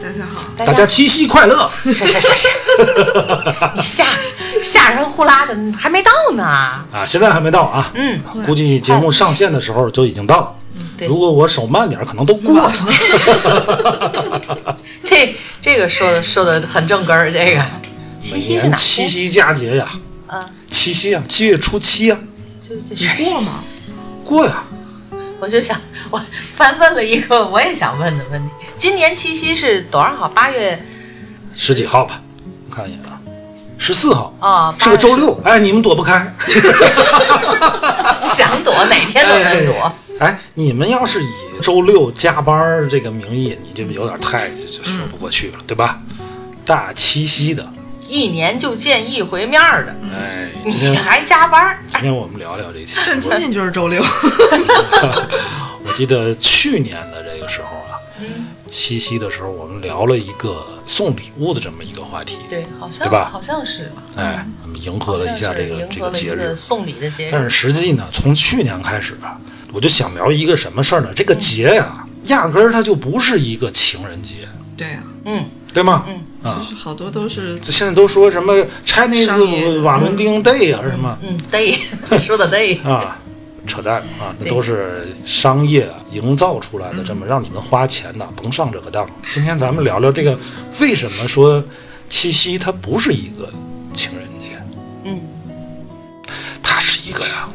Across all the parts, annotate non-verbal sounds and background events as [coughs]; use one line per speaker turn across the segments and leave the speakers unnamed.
大家好。
大家七夕快乐！
是是是是，你吓吓人呼啦的，还没到呢。
啊，现在还没到啊，
嗯，
估计节目上线的时候就已经到了。
对
如果我手慢点儿，可能都过了。
这这个说的说的很正根儿，这个七夕是
年
哪
七
天？
夕佳节呀，
啊，
七夕啊，七月初七呀，
就就
你
是，
过吗？
过呀。
我就想我翻问了一个我也想问的问题，今年七夕是多少号？八月
十几号吧，我看一眼啊，十四号
啊
是个周六，哎，你们躲不开，
想躲哪天都能躲。
[laughs] 哎，你们要是以周六加班儿这个名义，你这有点太就就说不过去
嗯
了，对吧？大七夕的，
一年就见一回面儿的，
哎，今
嗯 [laughs] 你
天
还加班儿？
今天我们聊聊这期，
但今天就是周六，
[laughs] 我记得去年的这个时候啊，
嗯
七夕的时候我们聊了一个送礼物的这么一个话题，
对，好像
对吧
好像是吧？
哎，我们迎合
好
了
像
一下
是
这个
迎
这
合
个
了一
节日
个，送礼的节
但
日
是，实际呢，从去年开始啊，我就想聊一个什么事儿呢？这个节呀、压根儿它就不是一个情人节，
[laughs] 对啊，
嗯，
对吗？
嗯
啊
就，是好多都是
这现在都说什么 Chinese
商业的
瓦伦丁 Day 啊什么
嗯，对，说的对，
啊，扯淡啊，那
对
都是商业营造出来的，这么让你们花钱的，甭上这个当。今天咱们聊聊这个，为什么说七夕它不是一个情人节？
嗯，
它是一个呀，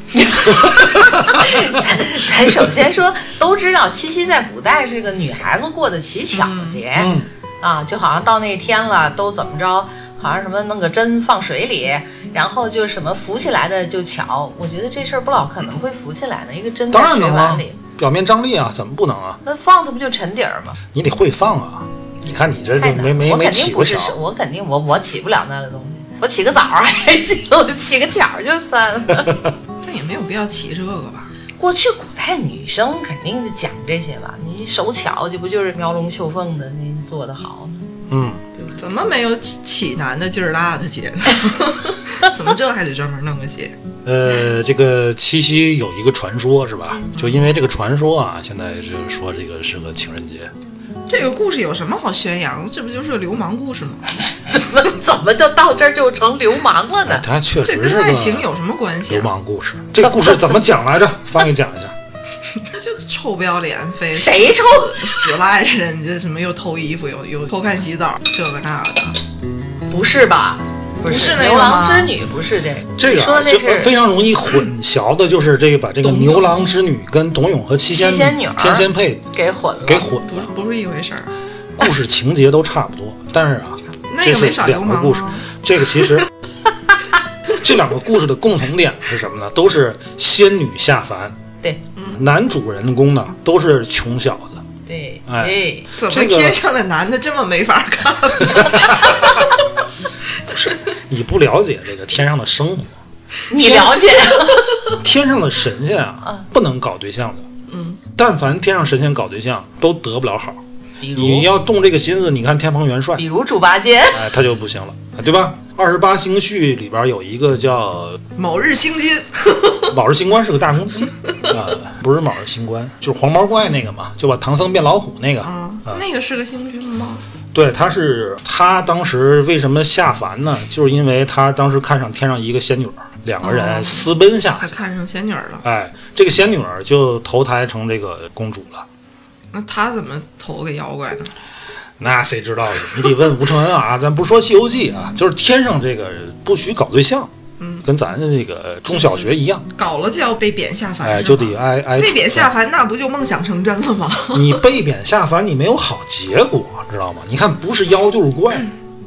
咱咱首先说，都知道七夕在古代是个女孩子过的乞巧节、
嗯，
啊，就好像到那天了，都怎么着，好像什么弄个针放水里，然后就什么浮起来的就巧，我觉得这事儿不老可能会浮起来呢，一个针在
当然
水
能
碗
啊
里，，
表面张力啊，怎么不能啊？
那放它不就沉底儿吗？
你得会放啊！你看你这
太
就
难
没没
我
没
肯
起
定
过
不
巧
是，，我肯定我我起不了那个东西，我起个枣儿还行， [laughs] 起个巧儿就算了。 [laughs]
但也没有必要起这个吧？
过去古代女生肯定得讲这些吧，你手巧这不就是描龙绣凤的，你做的好，
嗯，
怎么没有起起男的劲儿大的节呢？ [laughs] 怎么这还得专门弄个节？
呃，这个七夕有一个传说是吧？就因为这个传说啊，现在是说这个是个情人节，
这个故事有什么好宣扬？这不就是个流氓故事吗？
[laughs] 怎么怎么就到这儿就成流氓了呢？
它确
这
实
跟
是个
爱情有什么关系
流
啊？
氓故事。这个故事怎么讲来着？翻给讲一下。
这就臭不要脸，非
谁臭
死死赖着人家什么又偷衣服，又又偷看洗澡，这个那个的。
不是吧？不
不是那个
牛郎
吗
织女，不是这个。
这
你
个
说
啊
的
就
这
非
是
常容易混淆的，就是这个把这个
董
牛
永
郎织女跟董永和七仙
七仙女儿
天仙配
给混了，
给混
不是
了，
不是一回事儿，啊
故事情节都差不多，但是啊，
那
这
个没
是
耍流
两个
氓
故事
啊。，
[laughs] 这个其实这两个故事的共同点是什么呢？都是仙女下凡，
对
嗯
男主人公呢都是穷小子。
对
哎
对，
怎么
这个
天上的男的这么没法看？
你不了解这个天上的生活，
你了 [laughs] 解？
天上的神仙啊，不能搞对象的。
嗯，
但凡天上神仙搞对象，都得不了好。
比
你
如
要动这个心思，你看天蓬元帅
比，如猪八戒， [laughs]
哎，他就不行了，对吧？二十八星宿里边有一个叫
某日星君，
卯日星官是个大公
[laughs]
鸡啊，不是卯日星官，就是黄毛怪那个嘛，就把唐僧变老虎那个。
啊，那个是个星君吗？
对，他是他当时为什么下凡呢？就是因为他当时看上天上一个仙女儿，两个人
哦
私奔下
他
去。
看上仙女儿了，
哎，这个仙女儿就投胎成这个公主了。
那他怎么投个妖怪呢？
那谁知道呢？你得问吴承恩啊， [laughs] 咱不说《西游记》啊，就是天上这个不许搞对象，
嗯，
跟咱的那个中小学一样，
搞了就要被贬下凡，
哎，
是
就
吗
得挨挨
被贬
处
下凡，那不就梦想成真了
[laughs]
吗？
你被贬下凡，你没有好结果，知道吗？你看，不是妖就是怪。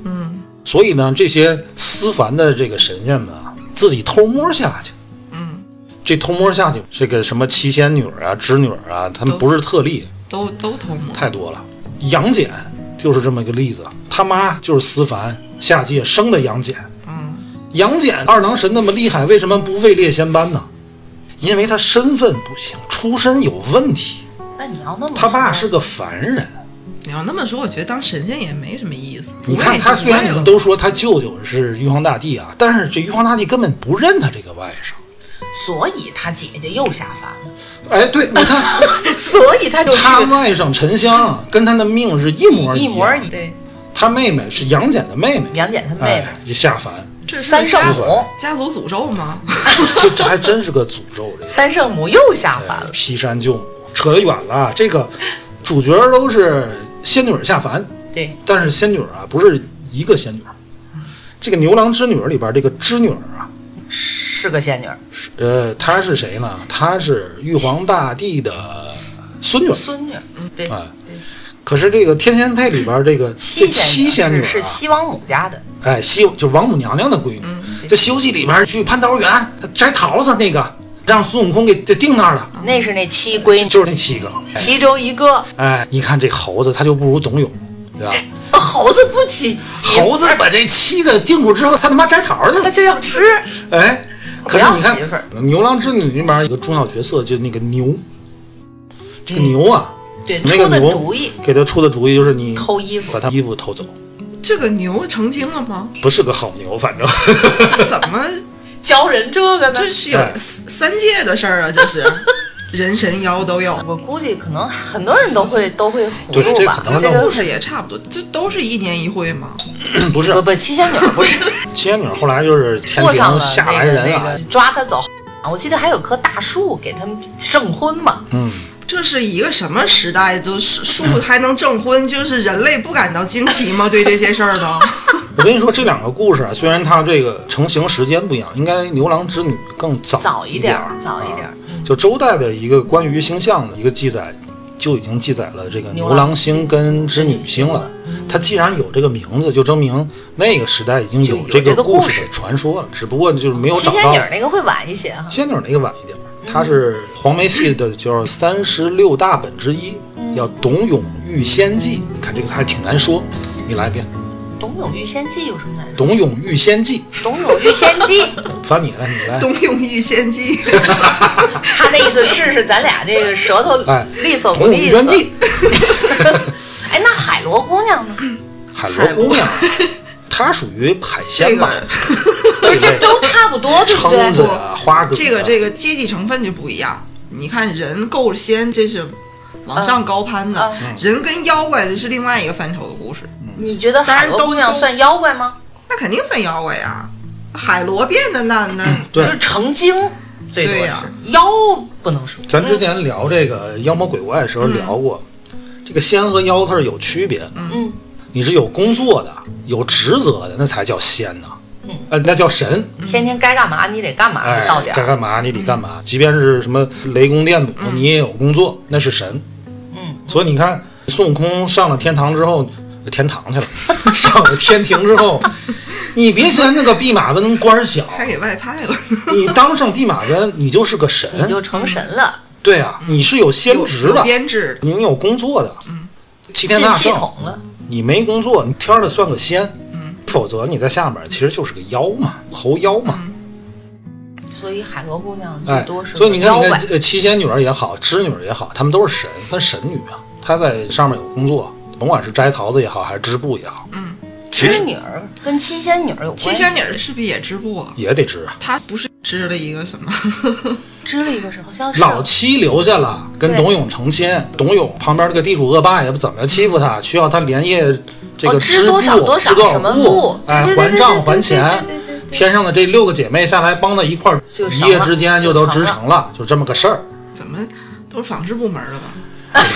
嗯
所以呢，这些思凡的这个神仙们啊，自己偷摸下去。
嗯，
这偷摸下去，这个什么七仙女儿啊、织女儿啊，他们不是特例，
都都偷摸，
太多了。杨戬就是这么一个例子。他妈就是思凡下界生的杨戬，
嗯，
杨戬二郎神那么厉害，为什么不位列仙班呢？因为他身份不行，出身有问题。
那你要那么
他爸是
说
个凡人，
你要那么说，我觉得当神仙也没什么意思。
你看他虽然你们都说他舅舅是玉皇大帝啊，但是这玉皇大帝根本不认他这个外甥。
所以他姐姐又下凡了，
哎，对，你 [laughs] 看
所以他就去
他外甥陈香跟他的命是一模
一
样，
模一对
他妹妹是杨戬的妹妹，
杨戬他妹妹
哎，也下凡，
这是
三圣
家
母，
家族诅咒吗？
这这还真是个诅咒。这个
三圣母又下凡了，
劈山救母扯得远了，这个主角都是仙女儿下凡，
对，
但是仙女儿啊不是一个仙女儿，这个牛郎织女儿里边这个织女儿啊，
是个仙女儿，
呃，她是谁呢？她是玉皇大帝的孙女儿。
孙女儿，嗯，对，
哎
对
可是这个《天仙配》里边这个这七
七
仙
仙
女
女
儿
儿是
啊
是，西王母家的，
哎，西就王母娘娘的闺女。这《西游记》里边去蟠桃园摘桃子那个，让孙悟空给给定那儿了，
那是那七闺女，
就是那七个。
其中一个
哎，你看这猴子，他就不如董永，对吧？
猴子不娶媳妇
猴子把这七个定住之后，他他妈摘桃去
他
了。
就要吃，
哎，可是你看
不要媳妇儿
《牛郎织女》里边有个重要角色，就那个牛。这个牛啊，
嗯对，
那个
出的
牛
主意
给他出的主意就是你
偷衣服
把，他衣服偷走，
这个牛成精了吗？
不是个好牛，反正 [coughs]
他怎
[laughs]
么
教人这个呢？
这是有
哎
三三界的事儿啊？这是人神妖
[laughs]
都有。
我估计可能很多人都会都会葫
对这
芦吧，
可能
这
都
故
个
事也差不多，这都是一年一会嘛。
不是
不不七仙女儿不是
七仙女，后来就是天
过上
庭
了
下
那
来
个
人啊，
那个抓他走。我记得还有棵大树给他们证婚嘛，
嗯，
这是一个什么时代？都树树还能证婚，就是人类不感到惊奇吗？对这些事儿
[laughs]
都，
我跟你说，这两个故事啊，虽然它这个成型时间不一样，应该《牛郎织女》更早
早一
一
点
点
儿
儿，
早一点儿
啊就周代的一个关于星象的一个记载，就已经记载了这个
牛嗯
牛郎星跟织女星
织女星
了
了。
它既然有这个名字，就证明那个时代已经
就有
这
这个
故
故
事
事
的传说了，只不过就是没有
七
找
仙
到
女。儿那个会晚一些哈。
仙女儿那个晚一点儿，她是黄梅戏的叫三十六大本之一，
嗯
叫《董永遇仙记》。你看这个还挺难说，你来一遍，
董永遇仙记有什么难
《
说？
董永遇仙记
董永遇仙记，》，
翻你来，你来。
《东永遇仙记》
他那意思是是咱俩这个舌头
哎
利索不
童女
利索
冤。记，
哎，那海螺姑娘呢？
海螺姑娘，她属于海
这
鲜
[laughs]
吧？
个
不是，这都差不多， [laughs] 对不
蛏子
对？
啊，花蛤，
这个这个阶级成分就不一样。你看人够仙，这是往上高攀的；
嗯
人跟妖怪这是另外一个范畴的故事，
你觉得海螺姑娘算妖怪吗？
那肯定算妖怪呀。海螺变的那那，
对
就是成精，最多
对
是、
呀
妖不能说。
咱之前聊这个妖魔鬼怪的时候聊过，这个仙和妖它是有区别的，
嗯，
你是有工作的，有职责的，那才叫仙呢。
嗯，
呃，那叫神，
天天该干嘛你得干嘛，
哎，
到点
该
儿。嗯
干嘛你得干嘛，即便是什么雷公电母，你也有工作，那是神。
嗯，
所以你看，孙悟空上了天堂之后，天堂去了， [laughs] 上了天庭之
[laughs]
后，你别嫌那个弼马温官儿小，
哎
还给外派
[laughs]
了。
你当上弼马温，你就是个神，
你就成神了，
对啊，你是有先
有
职的
[laughs] 有，编
[laughs]
制的，
你有工作的，齐
进
天大
嗯系
圣，
统嗯了。
你没工作，你天儿的算个仙，否则你在下面其实就是个妖嘛，猴妖嘛，
所以海螺姑娘最
哎
多，是
所以你看，
妖
你
怪
看，呃七仙女儿也好，织女儿也好，她们都是神，她是神女啊，她在上面有工作，甭管是摘桃子也好，还是织布也好，嗯，其
织
实
女儿跟七仙女儿有关系。
七仙女儿是不是也织布啊？
也得织啊。
她不是织了一个什么？
织了一个什么？好像是啊
老七留下了，跟
对
董永成亲，董永旁边这个地主恶霸也不怎么欺负他，需要他连夜这
哦
个
织
织布，
多少多少
织多少
什么
布
布，
哎，
对对对
还账
对对
还
对
钱
对对对对。
天上的这六个姐妹下来帮他一块儿
就，
一
成
夜
了
之间就
就
都
成
织
了
成了，就这么个事儿。
怎么都是纺织部门的吧？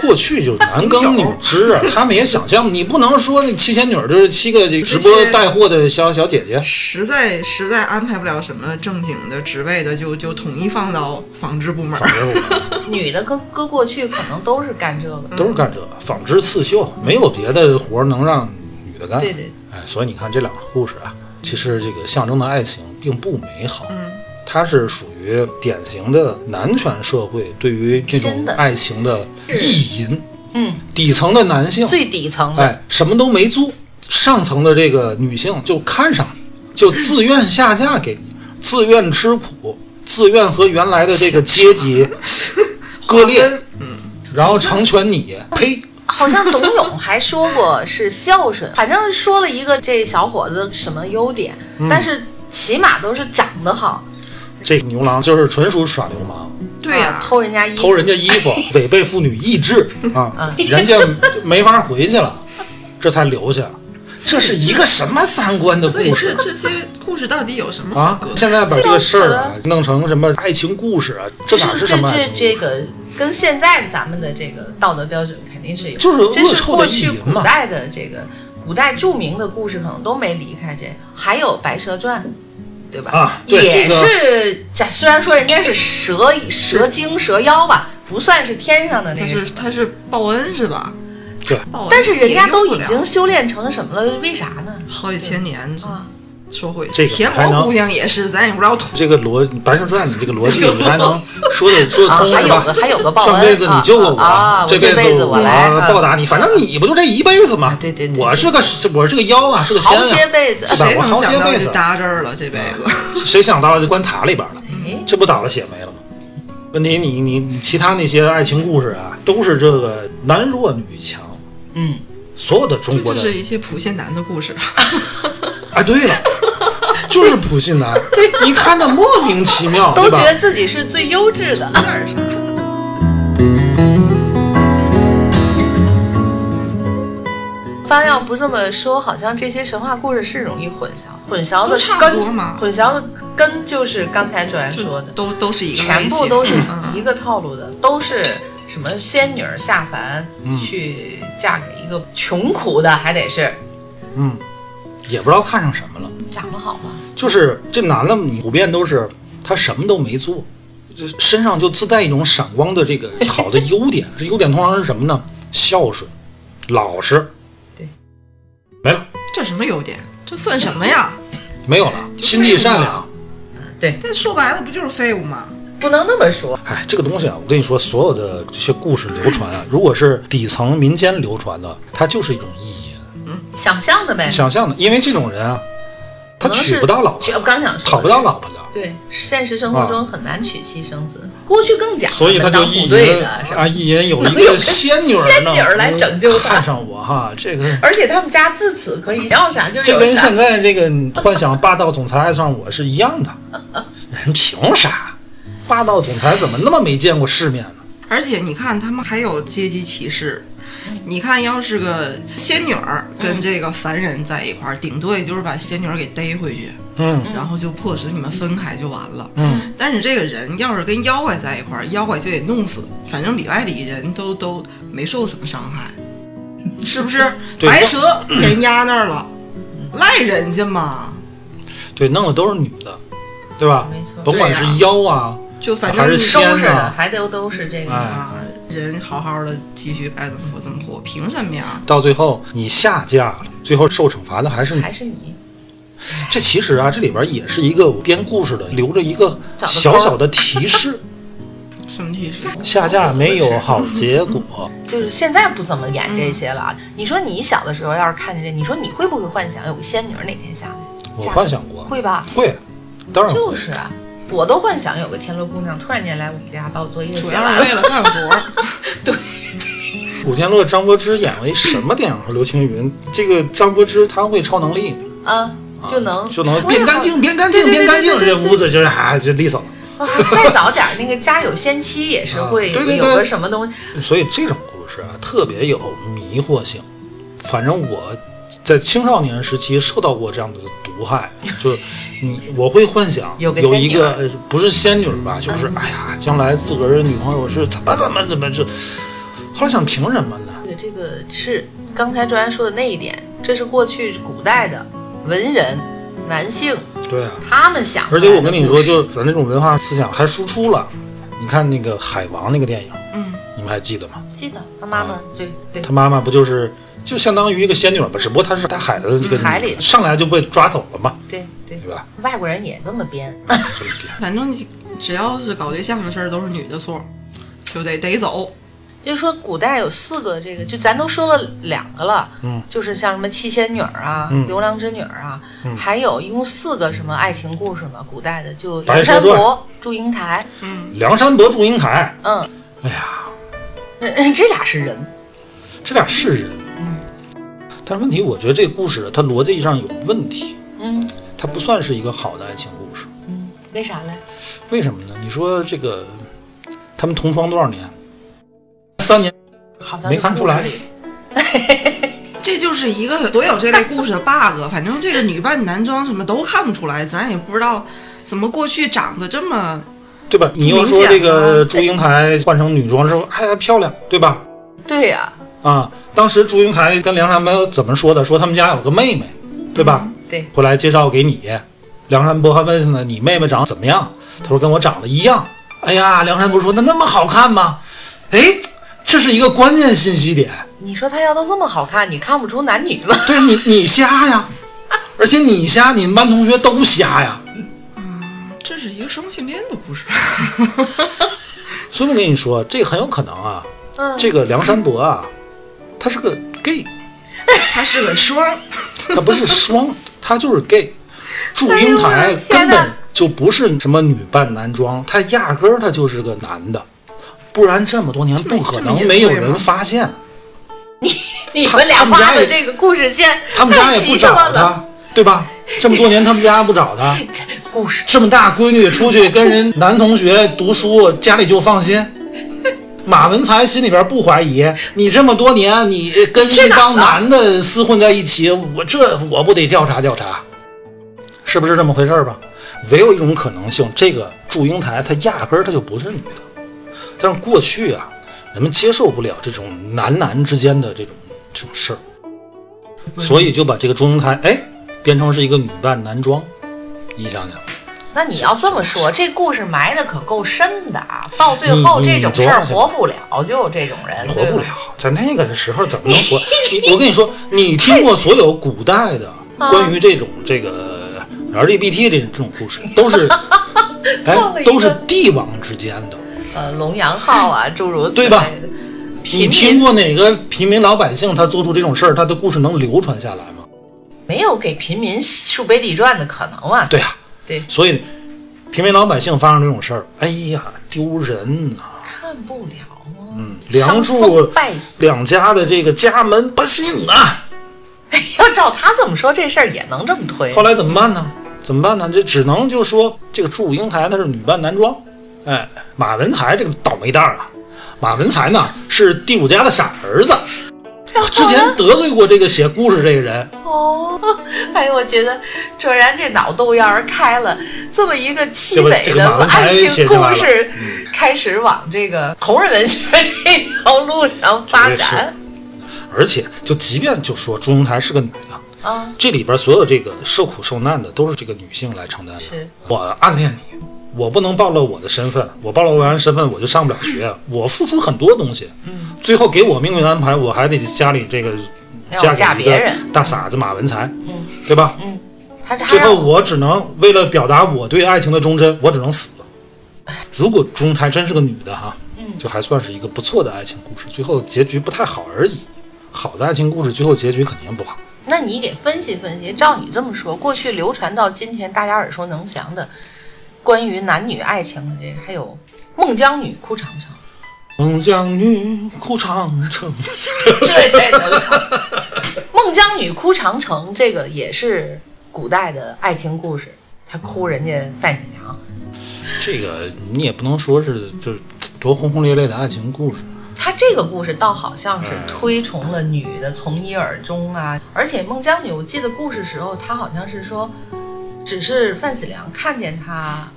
过去就男耕女织，啊他们也想象，你不能说那七仙女儿就是七个这直播带货的小小姐姐，
实在实在安排不了什么正经的职位的，就就统一放到纺织部门
[laughs] 纺。织舞
女的跟搁过去可能都是干这个。
都是干这个，纺织刺绣，没有别的活儿能让女的干。
对对，
哎，所以你看这两个故事啊，其实这个象征的爱情并不美好，
嗯
它是属于典型的男权社会对于这种
真的
爱情的意淫。
嗯，
底层的男性，
最底层的，
哎，什么都没做，上层的这个女性就看上你，就自愿下嫁给你，自愿吃苦，自愿和原来的这个阶 [laughs] 级割裂啊
划，分
然后成全你。呸！
好像董永还说过是孝顺，反正说了一个这小伙子什么优点，
嗯
但是起码都是长得好，
这个牛郎就是纯属耍流氓，
对呀、
[laughs]
啊偷人家衣服，
偷人家衣服，违背妇女意志 [laughs] 啊，人家没法回去了，这才留下。这是一个什么三观的
所以
故
这
事？
这些故事到底有什么好
啊
歌？！
现在把这个事儿啊弄成什么爱情故事啊，这哪是
这
什么爱
这
情故事？
这个跟现在咱们的这个道德标准肯定是有，
就是
这
恶
是
臭的
过
意
去
淫
古
嘛。
代的这个古代著名的故事可能都没离开这，还有《白蛇传》。对吧？
啊对这
也
个
是，这虽然说人家是蛇蛇精蛇妖吧，不算是天上的那
他
个
是他是报恩是吧？
对
报恩
但是人家都
也
已
用不了
经修炼成什么了？为啥
[laughs]
呢？
好几千年
啊，
说回
这个
田
还能
螺姑娘也是，咱也不知
[laughs]
道土
这个逻《白蛇传》，你这个逻辑你还
[laughs]
能说得说得
啊，
通
还
是
有个
吧？
还有个报恩，
上辈子你救过
啊啊，
这
这
辈
子
我
来
报答你。反正你不就这一辈子嘛
啊。对对对对
我是个我是个妖啊，是个仙
好些
啊，
辈子。
是吧
谁
我
能
好
想
些
到
辈
就
子啊
搭这儿了？这辈子
谁想到就关塔里边了，
哎，
这不倒了血霉了吗？问题你你你其他那些爱情故事啊，都是这个男弱女强，
嗯，
所有的中
这
国
就
的
是一些普信男的故事。
啊，对了，就是普信
[laughs]
男，你看的莫名其妙，
都
对吧
觉？得自己是最优质的。
那是啥？
[laughs] 方要不这么说，好像这些神话故事是容易混淆，混淆的
都差不多嘛
根，混淆的根就是刚才主任
就
说的，
都都是一个
全部都是
嗯
一个套路的，都是什么仙女儿下凡去嫁给一个穷苦的，还得是
嗯，也不知道看上什么了。
长得好吗？
就是这男的，你普遍都是他什么都没做，这身上就自带一种闪光的这个
哎
好的优点。这优点通常是什么呢？孝顺、老实。
对，
没了，
这什么优点？这算什么呀？
没有了，心地善良。
对，
但说白了不就是废物吗？
不能那么说。
哎，这个东西啊，我跟你说，所有的这些故事流传啊，如果是底层民间流传的，它就是一种意淫、
想象的呗，
想象的，因为这种人啊，他
哎可能是
娶不到老婆
娶，我刚想说
讨不到老婆的。
对，现实生活中很难娶妻生子，啊过去更讲了，
所以他就
门当
意
户
淫
对的，是吧？
啊，意淫有一
能有
个仙女儿
仙
呢
女儿来拯救他
看上我哈，这
[laughs]
个
而且他们家自此可以要啥就是
这
有
跟
啥
现，在这个幻想霸道总裁爱上我是一样的， [laughs] 人凭啥？霸道总裁怎么那么没见过世面呢？
而且你看，他们还有阶级歧视。你看，要是个仙女儿跟这个凡人在一块儿，顶多也就是把仙女儿给逮回去，
嗯
然后就迫使你们分开就完了。
嗯，
但是这个人要是跟妖怪在一块儿，妖怪就得弄死，反正里外里人都都没受什么伤害，是不是？
对
白蛇给人压那儿了，赖人家嘛，
对，弄的都是女的，对吧
没错？
甭管是妖啊，
就反
还
正
是
你
仙
收拾
天
的
哪
还都都是这个。
哎，
啊，人好好的继续该怎么活怎么活，凭什么呀？
到最后你下嫁了，最后受惩罚的还是你。
还是你，
这其实啊，这里边也是一个编故事的，留着一个小小的提示：
什么提示？
下嫁没有好结
[laughs]
果。
就是现在不怎么演这些了啊。你说你小的时候要是看见这，你说你会不会幻想有个仙女儿哪天下来？
我幻想过，
会吧？
会，啊当然
就
会。
是啊，我都幻想有个天罗姑娘突然间来我们家把我作业
主
写
要
完
是为
了。
了干活。
[laughs]
古天乐、张柏芝演了一什么电影和刘青云？这个张柏芝她会超能力，
啊，就能
就能
我也
变
好
干净，变干
对
净，
啊对
变干
对
净
对，对
这屋子就是啊，就利索了。
啊再早点儿那个家有仙妻也是
啊
会有
对对
有
对
个什么东西，
所以这种故事啊，特别有迷惑性。反正我在青少年时期受到过这样的毒害，就是你我会幻想
有个仙
一
女嗯
个呃不是仙女吧，就是哎呀，将来自个儿的女朋友是怎么怎么怎么这。后来想凭什么呢？
这个是刚才专员说的那一点，这是过去古代的文人男性
对啊，
他们想出
而
来
且
的故事。
我跟你说，就是咱这种文化思想还输出了。你看那个海王那个电影，
嗯，
你们还记得吗？
记得他妈妈对对
啊他妈妈不就是就相当于一个仙女吧，只不过她是大海的这个
嗯海里的
上来就被抓走了嘛，
对对
对，吧？
外国人也这么编，
这么编
反正你只要是搞对象的事儿，都是女的错，就得逮走。
就是说古代有四个这个，就咱都说了两个了，
嗯，
就是像什么七仙女儿啊、
嗯
牛郎织女儿啊，
嗯
还有一共四个什么爱情故事嘛，古代的就
白
梁
蛇
山
传
伯、祝英台， [laughs]
梁山伯、祝英台，
嗯，
哎呀，
这这俩是人，
这俩是人，
嗯，
但是问题，我觉得这故事它逻辑上有问题，
嗯
它不算是一个好的爱情故事。
嗯，为啥嘞？
为什么呢？你说这个，他们同窗多少年？三年，
好像
没
是
看
故
出
事
来
里
这就是一个所有这类故事的 bug。反正这个女扮男装什么都看不出来，咱也不知道怎么过去长得
[laughs]
这么
对吧？你又
明
说
显
这个
啊
祝英台换成女装之后，哎呀漂亮，对吧？
对呀、
啊，当时祝英台跟梁山伯怎么说的？说他们家有个妹妹，对吧？
对，
回来介绍给你。梁山伯还问呢，你妹妹长得怎么样？他说跟我长得一样。哎呀，梁山伯说那那么好看吗？哎，这是一个关键信息点，
你说她要都这么好看，你看不出男女吗？
对你你瞎呀，而且你瞎，你们班同学都瞎呀。
这是一个双性恋的故事。
所以我跟你说，这个很有可能啊，
嗯，
这个梁山伯啊，他是个 gay，
它是
[laughs]
个双，
他不是双，他就是 gay。祝英
哎
台
呦我的天
根
哪
本就不是什么女扮男装，他压根儿他就是个男的，不然这么多年
么
不可
这么
能
隐
没有
晦
人
吗
发现，
你们俩
他们家
画的
也
这个故事线
他们家
太
也不
奇
找
特了。
他，对吧？这么多年他们家不找他，
这故事
这么大闺女出去跟人男同学读书，家里就放心。马文才心里边不怀疑，你这么多年你跟一帮男的厮混在一起，我这我不得调查调查，是不是这么回事儿吧？唯有一种可能性，这个祝英台她压根儿她就不是女的，但是过去啊，人们接受不了这种男男之间的这种这种事儿，所以就把这个祝英台哎变成是一个女扮男装，你想想。
那你要这么说，这故事埋的可够深的啊！到最后
你
这
你
种
琢
事儿
磨琢
活不了，就有这种人，
活不
哎对
了
吧。
在那个时候怎么能
[laughs]
活？你我跟你说，你听过所有古代的
啊
关于这种这个 LGBT 这种这种故事，都
[laughs]
是
造了
哎
一个
都是帝王之间的。
呃，龙阳号啊，诸如此
对
类
吧
的。
你
平
听
民
过哪个平民老百姓他做出这种事儿，他的故事能流传下来吗？
没有给平民树碑立传的可能啊！
对呀、
对，
所以平民老百姓发生这种事儿，哎呀，丢人呐、
看不了啊！ [laughs] 嗯
梁祝
败俗。
两家的这个家门不幸啊。
要照他这么说，这事儿也能这么推
后。来怎么办呢？怎么办呢？这只能就说这个祝英台她是女扮男装，哎，马文才这个倒霉蛋儿啊，马文才呢是第五家的傻儿子，之前得罪过这个写故事这个人，
哦，哎，我觉得卓然这脑洞要是开了，这么一个
这
凄
不
美
这个马
的
文嗯才
爱
写
情
出来
故
了
事，开始往这个同人文学这条路上发
绝对是
展
而且就即便就说祝英台是个女的，
啊。
这里边所有这个受苦受难的都是这个女性来承担的。
是
我暗恋你，我不能暴露我的身份，我暴露完身份我就上不了学，我付出很多东西，
嗯，
最后给我命运安排，我还得家里这个
让我嫁
给一
别
个
人
大傻子马文才，
嗯，
对吧？
嗯，他这
最后我只能为了表达我对爱情的忠贞，我只能死。如果钟台真是个女的哈，
嗯
就还算是一个不错的爱情故事，最后结局不太好而已。好的爱情故事最后结局肯定不好。
那你给分析分析，照你这么说，过去流传到今天大家耳熟能详的关于男女爱情的这，还有孟姜女哭长城，
孟姜女哭长城，
这也能唱。孟姜女哭长城这个也是古代的爱情故事，她哭人家范喜良，
[laughs] 这个你也不能说是就是多轰轰烈烈的爱情故事。
她这个故事倒好像是推崇了女的从一而终啊，而且孟姜女，我记得故事时候她好像是说，只是范喜良看见她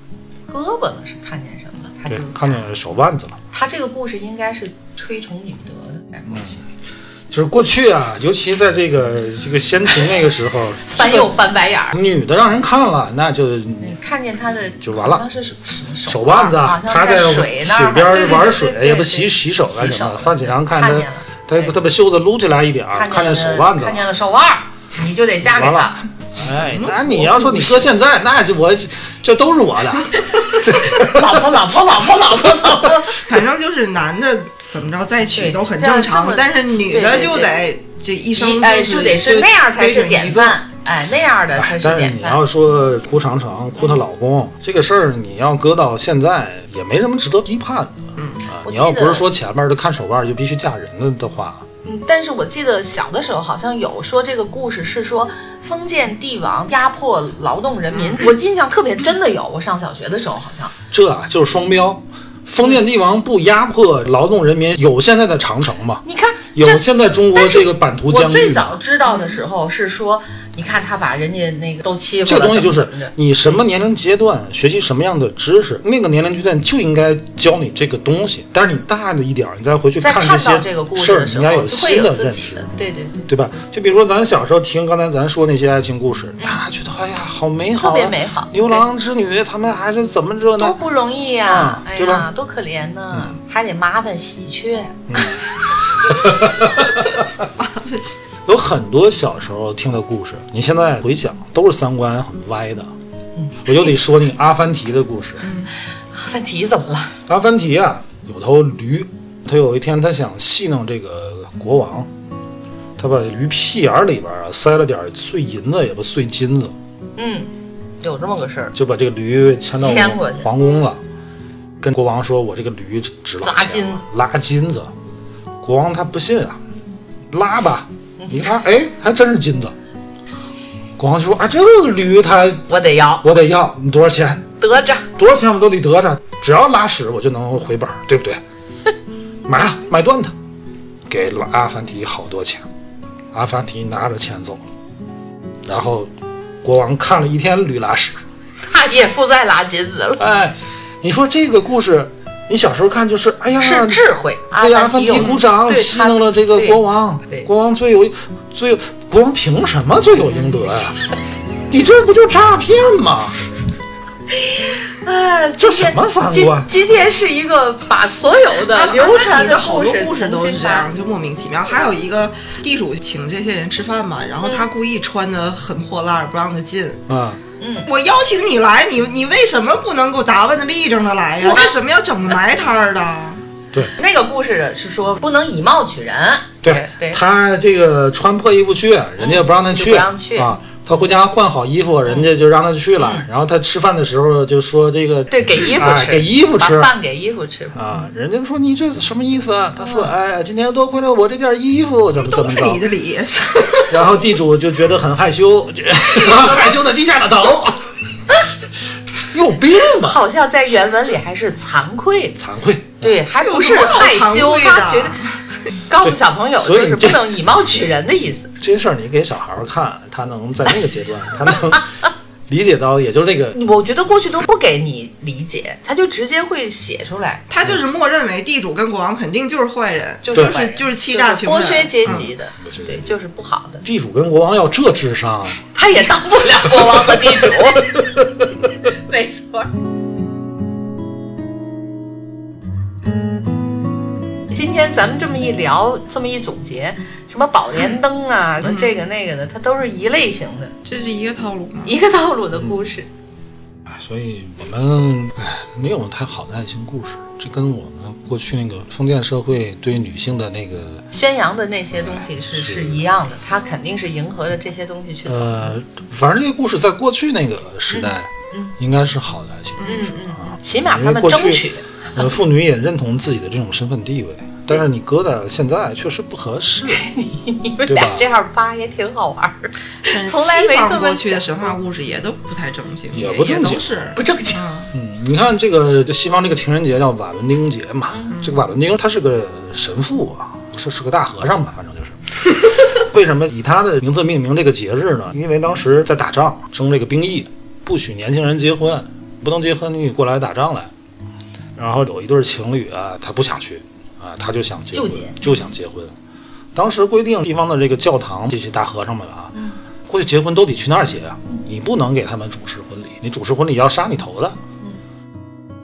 胳膊了，是看见什么了，她就
对，看见手腕子了。
她这个故事应该是推崇女德的感
嗯
觉，
就是过去啊，尤其在这个这个先秦那个时
[laughs]
候，
翻
这
又翻白眼儿
个。女的让人看了，那就
你看见她的
就完了
好像是什么
手
手
腕子
啊
啊，，
好
他
像
在
水那儿
水边
对对对
玩
对
水，
对
也不
对
洗洗手干啊
洗
什么的。
手
范启良看
看见
他
了，
他
对
他把袖子撸起来一点儿，
看
看
见嗯
见手
了
腕子啊 [laughs]
看，见了手腕儿，你就得嫁给
完
他
了。哎，那你要说你搁现在，那就我这都是我的，
老婆，老婆，老婆，老婆，老婆。
[laughs]
反正就是男的怎么着再娶
对
都很
这样
正
这
常
么，
但是女
对
的
对
就
对
得这一生
一哎，
是
就得是那样才是典。范，哎，那样的才
哎
是
但是
典
你
范
要。说哭长城、哭她老公这个事儿，你要搁到现在也没什么值得批判的。嗯啊，
我
你要
记
不是
得
说前面的看手腕就必须嫁人了的话，
嗯，但是我记得小的时候好像有说这个故事是说封建帝王压迫劳动人民，
嗯
我印象特别真的有。我上小学的时候好像
这啊就是双标。封建帝王不压迫劳动人民，有现在的长城吗？
你看这
有现在中国
但是
这个版图
我
疆域
最
吗
早？知道的时候是说，你看他把人家那个都欺负
这
了，
东西就
怎
是
么怎么着
你什么年龄阶段学习什么样的知识，那个年龄阶段就应该教你这个东西。但是你大了一点儿，你再回去
在
看
看到
些
这个故
事
事
儿，
的
你
时
应
候，
该
就会
新的
有自
认
己
识嗯
的，，对对对，
对吧？就比如说咱小时候听刚才咱说那些爱情故事，啊，觉得哎呀好美好、啊，
嗯特别美好
牛郎织女他们还是怎么着
多
呢？
不容易呀、
啊
哎
对
呀
吧，嗯
多可怜呢、还得麻烦喜鹊。
有很多小时候听的故事，你现在回想都是三观很歪的。
嗯
我就得说那阿凡提的故事。
问题怎么了？
阿凡提啊，有头驴，他有一天他想戏弄这个国王，他把驴屁眼儿里边啊塞了点儿碎银子，也不碎金子，
嗯，有这么个事儿，
就把这个驴牵到
牵过去
皇宫了，跟国王说：“我这个驴值多少
拉
钱
金子
拉金子。”国王他不信啊，拉吧，你看，哎，还真是金子。国王就说：“啊，这个驴它
我得要
我得要，你多少钱？
得着。
多少钱我都得得着，只要拉屎我就能回本儿，对不对？买了，买断它，给了阿凡提好多钱。阿凡提拿着钱走了，然后国王看了一天驴拉屎。
他也不再拉金子了，
哎，你说这个故事，你小时候看就是，哎呀，
是智慧。
为阿凡
有
提鼓掌，
对
戏弄了这个国。王
对对，
国王罪有罪有，国王凭什么罪有应得
[laughs]
呀、你这不就诈骗吗？
他哎，
这
今天
什么三
今
观哎
今天是一个把所有的流
[laughs] 流
传
产的好多
故
故事都
重
是
新
这
发
样，就莫名其妙。还有一个地主请这些人吃饭嘛，
嗯
然后他故意穿的很破烂，不让他进。
啊、
嗯
我邀请你来，你你为什么不能给我答问的立正着来呀？
我
为什么要整的埋摊儿的？
对。
那个故事是说不能以貌取人，
对
对，嗯
他这个穿破衣服去，人家也不让他
就
去，
不让去嗯
啊。他回家换好衣服，人家就让他去了。然后他吃饭的时候就说这个，
对，给衣服
哎
吃，
给衣服吃
把饭给衣服吃。
啊。人家说你这是什么意思啊？他
嗯
说，哎，今天多亏了我这件衣服，怎么怎
都
么
是
着。
你的理，
[laughs] 然后地主就觉得很害羞，就 [laughs] 然后害羞的低下了头。你有病吧？
好像在原文里还是惭愧，
惭愧。
对，还不是
有什么好
害
惭
羞，
愧的
他觉得告诉小朋友
所以
就是
这
不能以貌取人的意思。
这些事儿你给小孩儿看，他能在那个阶
[laughs]
段，他能理解到，也就是那个
我觉得过去都不给你理解，他就直接会写出来，
他就是默认为地主跟国王肯定就是坏人，
就
就是是
坏人
就是欺
就
诈
是
穷人，
剥削阶
嗯
级的，对，就是不好的。
地主跟国王要这智商。
他也当不了国王和地
[laughs]
主，没错儿。今天咱们这么一聊，这么一总结，什么宝莲灯
嗯
啊，什么这个那个的，它都是一类型的，
这是一个套路吗？
一个道路的故事。
哎所以我们唉，没有太好的爱情故事，这跟我们过去那个封建社会对女性的那个
宣扬的那些东西是
是
是一样的，它肯定是迎合着这些东西去走。
呃，反正这个故事在过去那个时代，应该是好的爱情故事。
起码
呃因
嗯他
为
们
过
争
去 [laughs]
取，
呃，妇女也认同自己的这种身份地位，但是你搁在现在确实不合适。
你们
对
俩
吧
这样扒也挺好玩儿，
但是
嗯从来没
西
这么
方过去的
想
神话故事也都不太正经，
也
也
不正经
都是
不正经。
嗯，你看这个就西方这个情人节叫瓦伦丁节嘛，这个瓦伦丁他是个神父啊，是是个大和尚吧，反正就是。为什么以他的名字命名这个节日呢？因为当时在打仗，征这个兵役，不许年轻人结婚，不能结婚你过来打仗来。然后有一对情侣啊，他不想去啊，他就想结婚
就结，
就想结婚。当时规定地方的这个教堂，这些大和尚们啊，过去结婚都得去那儿结啊，你不能给他们主持婚礼，
嗯
你主持婚礼要杀你头的。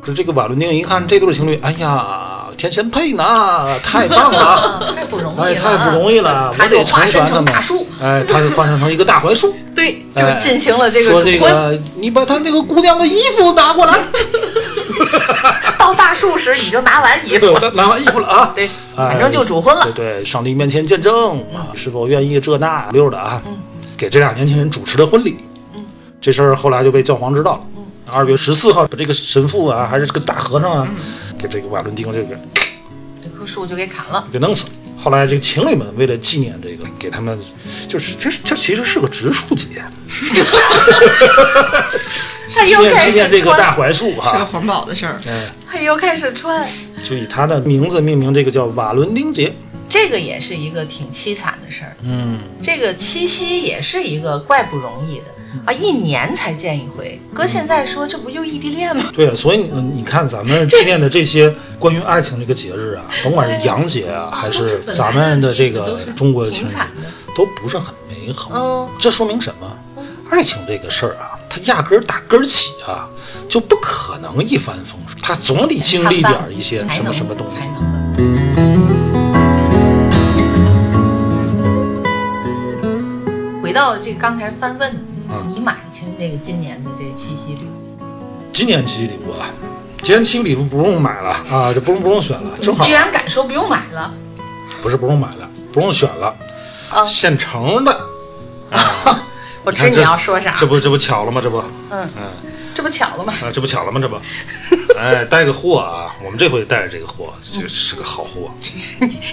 可是这个瓦伦丁一看这对情侣，哎呀，天神配呢，太棒
[laughs]
了。
啊，太不容易了，
哎，太不容易了，
他
我
就
得
化
成
身
全他
成
们
大树，。
哎，他是化身成一个大槐树，
对，就
哎
是进行了 [laughs] 这个
说
主
这
婚。
个，你把他那个姑娘的衣服拿
[laughs]
过来。
到大树时已经
[laughs]
拿完衣服
对，我
了，
拿拿完衣服了啊。
对，
哎
反正就主婚
[laughs] 对
了。
对，上帝面前见证啊，是否愿意这那溜的啊？给这俩年轻人主持的婚礼，这事儿后来就被教皇知道了。二月十四号，把这个神父啊，还是这个大和尚啊，给这个瓦伦丁这个
这棵树就给砍了，
给弄死了。后来这个情侣们为了纪念这个，给他们就是这这其实是个植树节，
他
纪
又
念
开
纪念
始
这个大
穿，
槐树
是个啊
哈、
环保的事儿。
嗯，
他又开始穿。
就以他的名字命名，这个叫瓦伦丁节。
这个也是一个挺凄惨的事儿。
嗯，
这个七夕也是一个怪不容易的
嗯
啊，一年才见一回。搁现在说，这不就是异地恋吗？
对啊，所以你你看咱们纪念的这些关于爱情这个节日啊，甭管是洋节啊，还是咱们的这个中国情
挺
人
惨的，哦
都不是很美好。
嗯，
这说明什么？爱情这个事儿啊，它压根儿打根儿起啊，就不可能一帆风顺，它总得经历点儿一些
才
什么
能
什么东西
才。能怎么样。回到这刚才翻问，
啊
你买清这个今年的这七夕礼物，
今年七夕礼物啊，今年七夕礼物不用买了啊，这不用不用选了，正
你
好
居然敢说不用买了？
不是不用买了，不用选了，
啊
现成的。
我知
你看
你
这
要说啥
这，不这不巧了吗？这不。
嗯，这不巧了吗？
啊，这不巧了吗？这不，哎，带个货啊！我们这回带着这个货，这是个好货。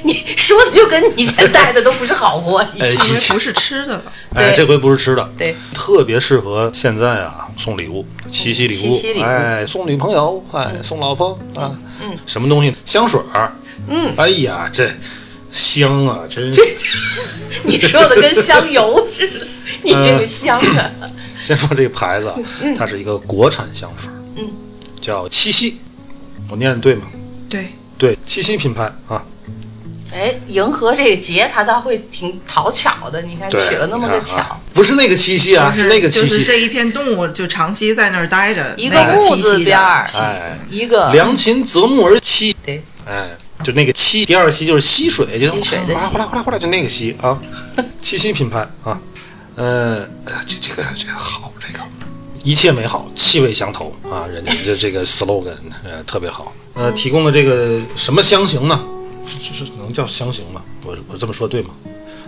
你说的就跟你以前带的都不是好货，你
哎
知
这
道吗
回不是吃的了，
哎，
对
这回不是吃的，
对，
特别适合现在啊，送礼物，七夕礼
七夕礼
物，
物
哎，送女朋友，哎，送老婆啊，嗯，什么东西？香水儿，嗯，哎呀，这香啊，真是。
你说的跟香油似的，
[laughs]
你这个香的，
先说这个牌子啊，它是一个国产香水，
嗯，
叫七夕，我念的对吗？
对，
对，七夕品牌啊，
哎，迎合这个节，他倒会挺讨巧的。你看
对，
取了那么个
你看啊
巧，，
不是那个七夕啊，
就是
那个
就
七
是
夕，
这一片动物就长期在那儿待着，
一个
那个
木
栖
字
息的
边儿
栖
哎。
一个
良禽择木而栖，
啊对，
哎，就那个栖，第二栖就是溪水，就
溪水的溪
哗啦哗啦哗啦哗啦，就那个溪啊，七夕品牌啊，呃，哎呀这这个这个好，这个一切美好，气味相投啊，人家这这个 slogan 呃特别好，
嗯
呃，提供的这个什么香型呢？是是是能叫香型吗？我我这么说对吗？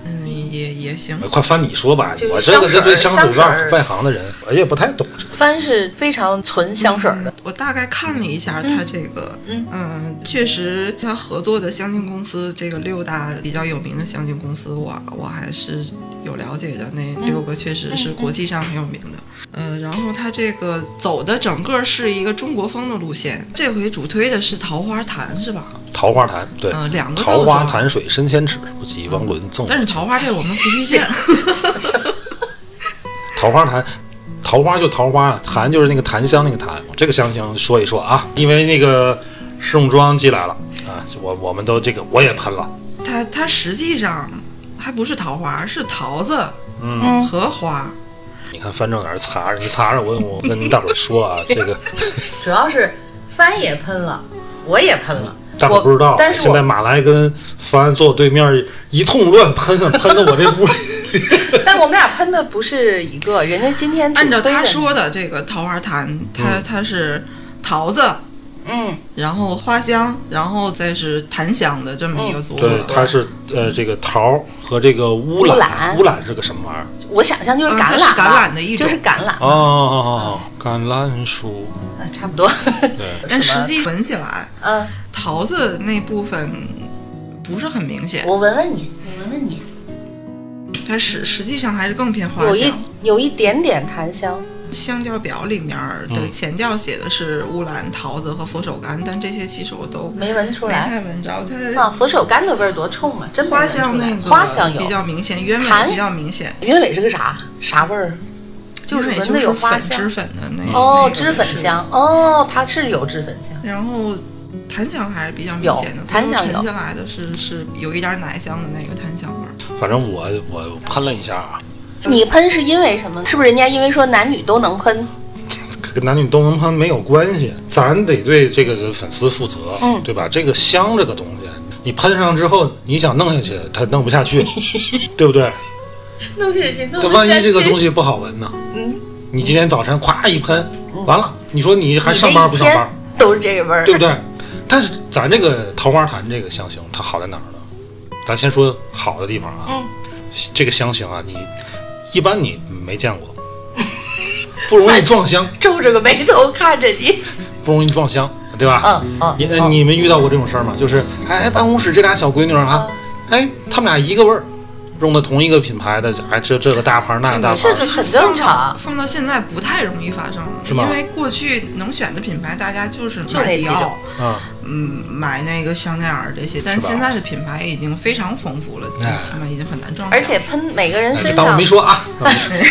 嗯，也也行
哎。快翻你说吧
就，是
我这个
香水
这
儿
对香水
香水儿
外外行的人，我也不太懂这个。
帆是非常纯香水
嗯
的，
我大概看了一下他这个，
嗯
确实他合作的香精公司，这个六大比较有名的香精公司，我我还是有了解的。那
嗯
六个确实是国际上很有名的。嗯、然后他这个走的整个是一个中国风的路线，这回主推的是桃花潭，是吧？
桃花潭，对，
嗯两个
桃
豆
花
状
潭水深千尺，不及汪伦
嗯
赠我
但是桃花这我们不
[laughs]
推荐，
桃花潭，桃花就桃花，檀就是那个檀香那个檀。这个香型说一说啊，因为那个盛装寄来了啊，我我们都这个我也喷了，
它它实际上还不是桃花，是桃子
嗯，
和花。
你看翻正在那擦着，你擦着我我跟大伙儿说啊，这 [laughs] 个
主要是帆也喷了，我也喷了，
大伙
我
儿嗯不知道，啊
但是
现在
我
马来跟帆坐我对面一通乱喷，喷的我这屋里。
[laughs] 但我们俩喷的不是一个，人家今天主
按照
推
他
的
说的这个桃花潭，它它是桃子，
嗯，
然后花香，然后再是檀香的这么
嗯
一个组合。
对，它是呃这个桃儿和这个乌
乌
兰，
兰
乌兰是个什么玩意儿？
我想象就是
嗯
橄
它
榄吧，
是橄榄的一种
就是橄榄，
哦哦哦，橄榄树，
啊差不多。
[laughs]
对。
但
什
实
么
际闻起来，
嗯，
桃子那部分不是很明显，
我闻闻你，我闻闻你，
它实实际上还是更偏花
有一
香。
有一点点檀香，
香调表里面的前调写的是乌兰、桃子和佛手柑，但这些其实我都没
没闻出来。
太闻着。它
啊，佛手柑的味儿多冲啊！真没
花
闻出来
香那个
花香
比
有，
较明显，鸢
檀
尾比较明显，
鸢尾是个啥啥味儿？就是
鸢
闻
尾就
的有
是
花
粉
香
脂。粉的那个那
哦
个，
脂粉
是
香哦，它是有脂粉香。
然后檀香还是比较明显
有
的，最后
檀香有
沉下来的是是有一点奶香的那个檀香味儿。
反正我我喷了一下啊，
[laughs] 你喷是因为什么？是不是人家因为说男女都能喷？
跟男女斗争它没有关系，咱得对这个粉丝负责，
嗯
对吧？这个香这个东西，你喷上之后，你想弄下去，它弄不下
[laughs]
去，对不对？
弄下去，弄
但
不
万
下
一
去
这个东西不好闻呢？
嗯，
你今天早晨咵一喷，完了，你说你还上班不上班？
你这一天都是这个味儿
对，不对？但是咱这个桃花潭这个香型，它好在哪儿呢？咱先说好的地方啊，
嗯
这个香型啊，你一般你没见过，不容易撞香，
皱着个眉头看着你。
不容易撞香，对吧？
嗯嗯，
你呃
嗯
你们遇到过这种事儿吗？就是哎，办公室这俩小闺女儿啊，
嗯
哎，她们俩一个味儿，用的同一个品牌的，哎，这这个大牌儿那个大牌
嗯这
儿，
个很正常啊
放到放到现在不太容易发生了，
是吗
因为过去能选的品牌，大家就是
就那
买
几
迪
种
奥，
嗯，
嗯，买那个香奈儿这些，但
是
是
吧
现在的品牌已经非常丰富了，
哎
起码已经很难撞上。
而且喷每个人
哎这
身
当我
上
没，说啊，
[laughs]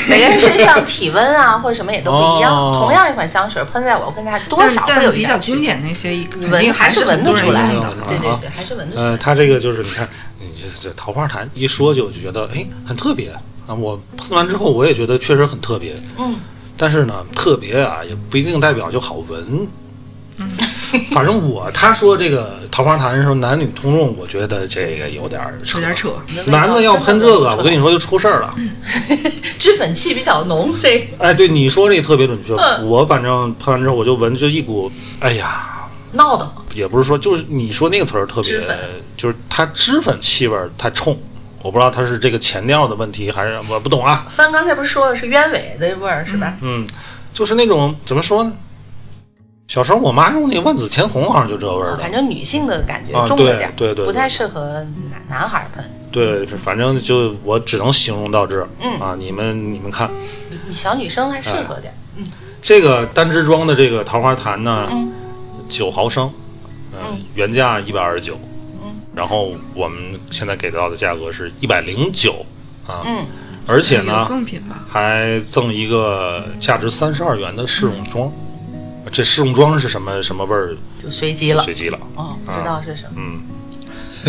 每个人身上体温啊或者什么也都不一样。
哦
同样一款香水喷在我跟他多
但
少会
但
有
比
一
较
点区
经
别。
典那些，
你
肯定
闻
还
是
很
闻得
多人
出来
用
的
的。
对对
啊
对，还是闻得出来。
呃，他这个就是你看，你这这桃花潭一说就就觉得哎很特别啊。我喷完之后我也觉得确实很特别，
嗯，
但是呢，特别啊也不一定代表就好闻。反正我他说这个桃花潭的时候男女通用，我觉得这个有点儿扯
有点扯，
男的要喷这个，我跟
你
你说就出事儿了。
脂粉气比较浓，这
哎，对你说这特别准确，
嗯
我反正喷完之后我就闻着一股，哎呀，
闹的
也不是说就是你说那个词儿特别
脂粉，
就是它脂粉气味儿太冲，我不知道它是这个前调的问题还是我不懂啊，
帆刚才不是说的是鸢尾的味儿是吧？
嗯，就是那种怎么说呢？小时候我妈用那万紫千红好像就这味儿
啊
的，
反正女性的感觉
啊
重了点儿，
对对对
不
对
太适合男男孩儿喷。
对，反正就我只能形容到这儿，
嗯
啊，你们你们看
小女生还适合
哎
点儿，
这个单支装的这个桃花潭呢
嗯，
九、毫升，嗯
嗯，
原价一百二十九，
嗯，
然后我们现在给到的价格是一百零九，啊，
嗯，
而且呢
有，赠品吧，
还赠一个价值三十二元的试用装。这试用装是什么什么味儿？
就随机了。
随机了。
哦，不知道是什么，
嗯，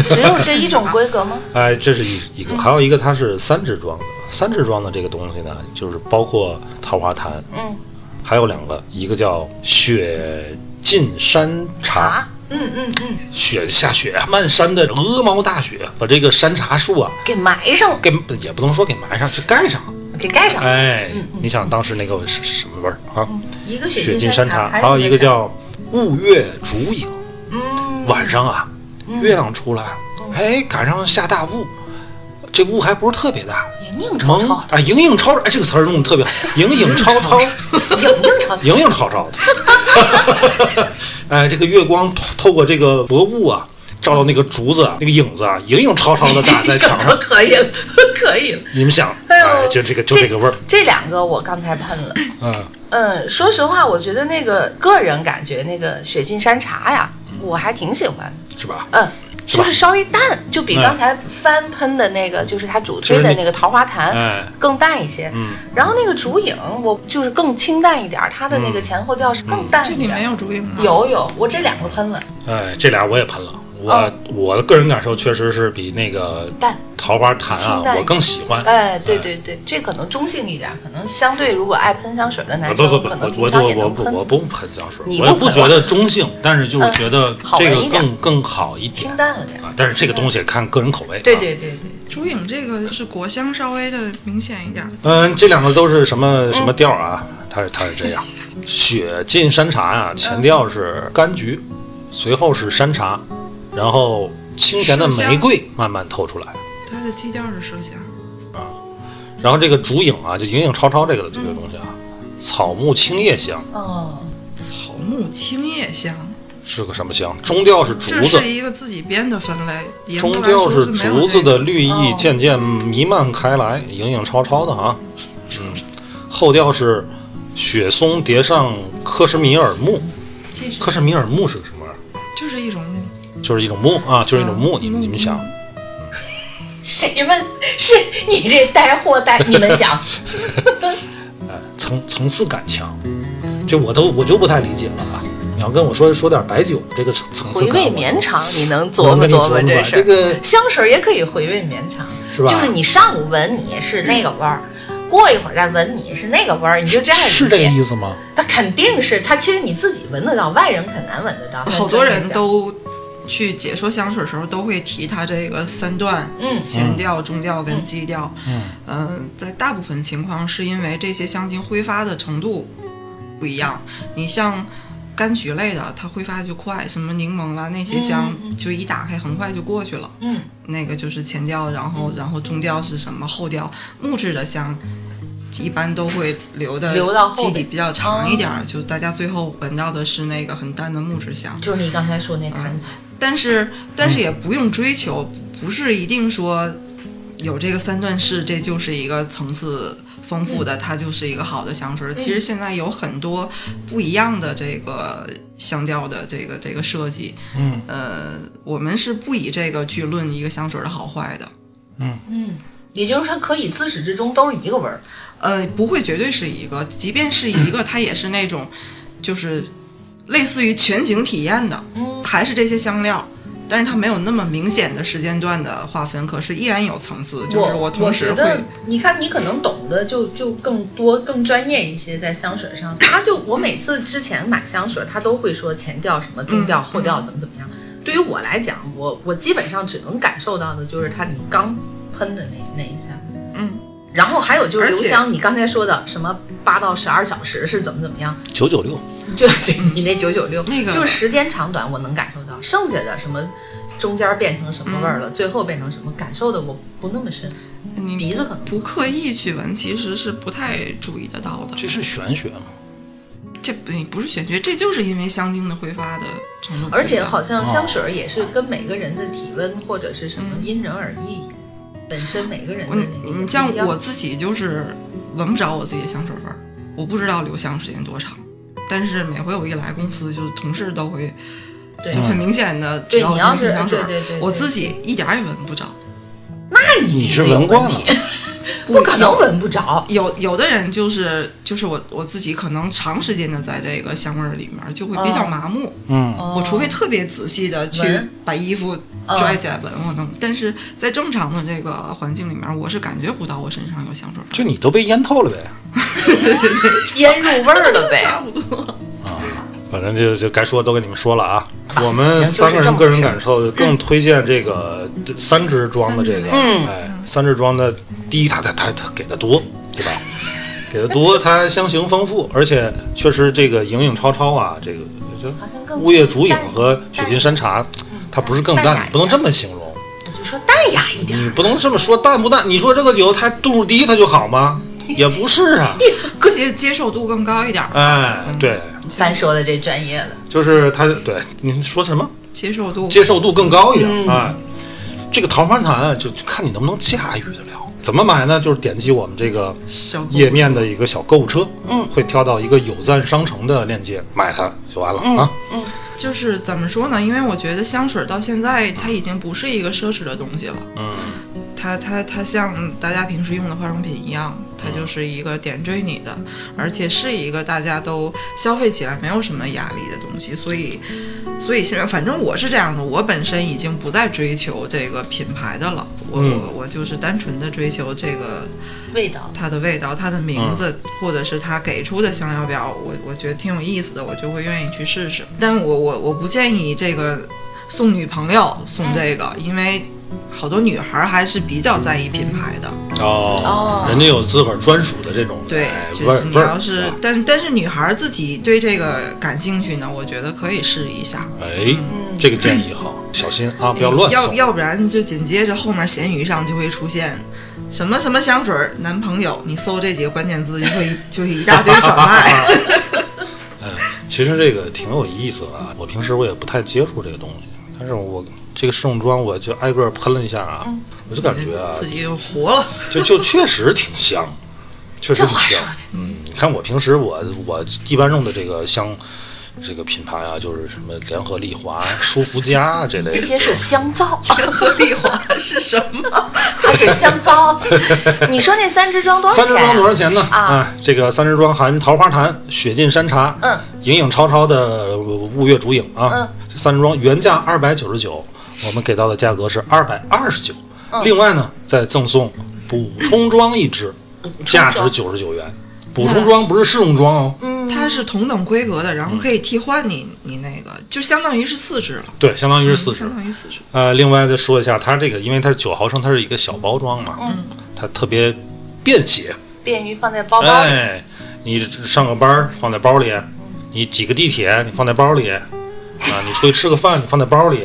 只有这一种规格
[laughs]
吗？
哎，这是一一个，还有一个它是三支装的。三支装的这个东西呢，就是包括桃花潭，
嗯，
还有两个，一个叫雪尽山茶，
啊，嗯嗯嗯，
雪下雪，漫山的鹅毛大雪，把这个山茶树啊，
给埋上，
给也不能说给埋上，是盖上。
给盖上。
哎
嗯，嗯
你想当时那个是什么味儿啊？
一个
雪
尽
尽山茶，
还
还有一个
啥
叫雾月烛影。
嗯
晚上啊，月亮出来，哎，赶上下大雾，这雾还不是特别大，
莹莹
蒙
绰绰，
哎，影影绰绰，哎，这个词儿用的特别好，影影绰绰，
[laughs] 莹莹
[laughs]
绰绰，
影影绰绰的， [laughs] 哎，这个月光透透过这个薄雾啊，照到那个竹子啊，那个影子啊，影影绰绰的打在墙 [laughs]
我
上，
可以了， [laughs] 可以了。
你们想，
哎呦
哎，就这个就这个味儿，
这两个我刚才喷了，
嗯，
嗯，说实话，我觉得那个个人感觉那个雪尽山茶呀，
嗯
我还挺喜欢的。
是吧？
嗯，
是
就
吧
是稍微淡，就比
哎
刚才翻喷的那个，就是它主推
就是
的
那
那个桃花潭
哎，
更淡一些。
嗯，
然后那个竹影，我就是更清淡一点儿，它的那个
嗯
前后调是更淡
嗯这
一
里
点儿。
面有啊竹影吗？，
有有，我这两个喷了，
哎，这俩我也喷了。我、
哦
我的个人感受确实是比那个
淡
桃花潭
清
啊
淡，一
我更喜欢。
哎，对对对，这可能中性一点儿，可能相对如果爱喷香水的男
呃啊不不
生，
不
可，能
我
平常也
我我
能
不
喷
我不喷香水，
你
我也
不
不
喷
觉得中性，但是就是
嗯
觉得
好
这
闻
个
一点
更更好一点
清淡了点儿
啊。但是这个东西看个人口味。
对
啊。
对对对，
竹影这个就是果香稍微的明显一点儿，
嗯，这两个都是什
嗯
么什么调啊？它它是这样，雪浸山茶啊，前调是柑橘，随后是山茶，然后清甜的
麝香
玫瑰慢慢透出来。
它的基调是麝香，
然后这个竹影啊，就影影绰绰这个这个东西啊，草木青叶香
哦，
草木青叶香，
是个什么香？中调是竹
这
子
是，一个自己编的分类。严格
中
来
调
说
是
是没有
竹子
这个
的绿意渐渐弥漫开来，影影绰绰的啊。嗯，后调是雪松叠上克什米尔木，
这是
克什米尔木是个什么玩意儿？
就是一种木，
就是一种木啊，就是一种木。
嗯
你们
木
你们想，
谁们是你这带货带？你
[laughs]
们想，
哎，层层次感强，这我都我就不太理解了啊。你要跟我说说点白酒这个层层次
回
感，
味绵长，你能琢磨琢磨这事
我跟你琢磨这
儿。
个
香水也可以回味绵长，
是吧
就是你上午闻你是那个味儿，过一会儿再闻你是那个味儿，你就这样理解
是这个意思吗？
他肯定是他，其实你自己闻得到，外人很难闻得到。
啊好多人都去解说香水的时候都会提它这个三段，
嗯
前调、中调跟基调。
嗯
嗯、在大部分情况是因为这些香精挥发的程度不一样。你像柑橘类的，它挥发就快，什么柠檬啦那些香
嗯嗯，
就一打开很快就过去了。
嗯
那个就是前调，然后然后中调是什么？后调木质的香，一般都会留的
留到后
基底
边
比较长一点儿，就大家最后闻到的是那个很淡的木质香。
就是你刚才说那弹草，
但是但是也不用追求，不是一定说有这个三段式，这就是一个层次丰富的，它就是一个好的香水儿。其实现在有很多不一样的这个香调的这个这个设计，
嗯
呃，我们是不以这个去论一个香水儿的好坏的。
嗯，也就是它可以自始至终都是一个味儿，
呃，不会绝对是一个，即便是一个，它也是那种，就是类似于全景体验的，
嗯
还是这些香料，但是它没有那么明显的时间段的划分，可是依然有层次，就是
我
同时
觉
会
得，你看你可能懂得就就更多更专业一些，在香水上，他就我每次之前买香水，他都会说前调什么中调
嗯
后调怎么怎么样。对于我来讲，我我基本上只能感受到的就是它你刚喷的那那一下，
嗯，
然后还有就是
而
留
且
香，你刚才说的什么八到十二小时是怎么怎么样，
九九六，
就就你那九九六，
那个
就是时间长短我能感受到，剩下的什么中间变成什么味儿了，最后变成什么感受的我不那么深，
嗯你
鼻子可能
不刻意去闻，其实是不太注意得到的。
这是玄学吗？
这不不是玄学，这就是因为香精的挥发的程度不一样，
而且好像香水儿也是跟每个人的体温或者是什么因人而异，本身每个人的
嗯我
那
你
个
你像
不一样
我自己就是闻不着我自己的香水味儿，我不知道留香时间多长。但是每回我一来公司，就是同事都会
对
就很明显的知
对
道
你
我
要
香
是
水香水
对
味
对
儿，
对，
我
对
自己一点儿也闻不着。
那你
你是
自己有
闻惯
问
了
题，
不
不可能闻不
[laughs]
着。
有有的人就是就是我我自己可能长时间的在这个香味儿里面就会比较
嗯
麻木。
嗯，
我除非
哦
特别仔细的去
闻哦
把衣服拽起来闻，我能。但是在正常的这个环境里面，我是感觉不到我身上有香水味儿。
就你都被淹透了呗。
腌入味儿了
[laughs]
呗，
反正就就该说的都跟你们说了啊。我们
就是
三个
这
人
么
个人
回事
感受更推荐这个这嗯三支装的这个，
嗯
哎，三支装的第一，它它它它给的多，对
[laughs]
吧？给的多，它香型丰富，而且确实这个影影超超啊，这个
好
就
像更
雾夜烛影
淡
和雪
淡
金山茶，它不是更
淡雅
淡，
一
你不能
点
这么形容。
我就说淡雅一点儿
你。不能这么说淡不淡？你说这个酒它度数低它就好吗？也不是
[laughs]
啊，
接接受度更高一点儿，
哎，对，
嗯
凡说的这专业了，
就是它，对，你说什么？
接受度
接受度更高一点、
嗯
哎。这个桃花潭啊就就看你能不能驾驭得了。怎么买呢？就是点击我们这个
小度
页面的一个小购物车，嗯，会跳到一个有赞商城的链接，买它就完了、
嗯
啊。
就是怎么说呢？因为我觉得香水到现在它已经不是一个奢侈的东西了，
嗯，
它它它像大家平时用的化妆品一样，
嗯
它就是一个点缀你的，而且是一个大家都消费起来没有什么压力的东西。所以，所以现在反正我是这样的，我本身已经不再追求这个品牌的了，我、
嗯
我我就是单纯的追求这个
味道
它的味道、它的名字，
嗯
或者是它给出的香料表，我我觉得挺有意思的，我就会愿意去试试。但我我我不建议这个送女朋友送这个，因为好多女孩还是比较在意品牌的。
哦
哦
人家有自个儿专属的这种
对
哎，味
就
儿
是你
味儿
要是，
啊
但但是女孩自己对这个感兴趣呢，我觉得可以试一下。哎
哎，这个建议好，小心啊，不要乱
嗯要
送。
要不然就紧接着后面闲鱼上就会出现什么什么香水儿男朋友，你搜这几个关键字就会一就会一大堆转卖。
[laughs] 其实这个挺有意思的啊，我平时我也不太接触这个东西，但是我这个试用装我就挨个儿喷了一下啊，
嗯
我就感觉啊，
自己又活了。
就就确实挺
[laughs]
香，确实
这
挺
话
香嗯
说。的，
你看我平时我我一般用的这个香，这个品牌啊，就是什么联合利华、舒肤佳啊这类
这
的
些。是香皂， [laughs]
联 [laughs] 合利华是什么？
它是香皂。你说那三支装多少
三支
钱、
装多少钱呢？
啊
这个三支装含桃花潭、雪尽山茶、
嗯，
影影超超的雾月烛影啊。
嗯，
这三支装原价二百九十九，我们给到的价格是二百二十九。另外呢，再赠送补充装一支，价值九十九元，补充装不是试用装哦。
它是同等规格的，然
嗯
后可以替换你你那个，就相当于是四支了，
对，相当于是四十
相。当于四支。
呃，另外再说一下，它这个因为它是九毫升，它是一个小包装嘛，它特别便携。
便于放在包包里。
哎，你上个班儿放在包里，你挤个地铁你放在包里，啊，你出去吃个饭你放在包里，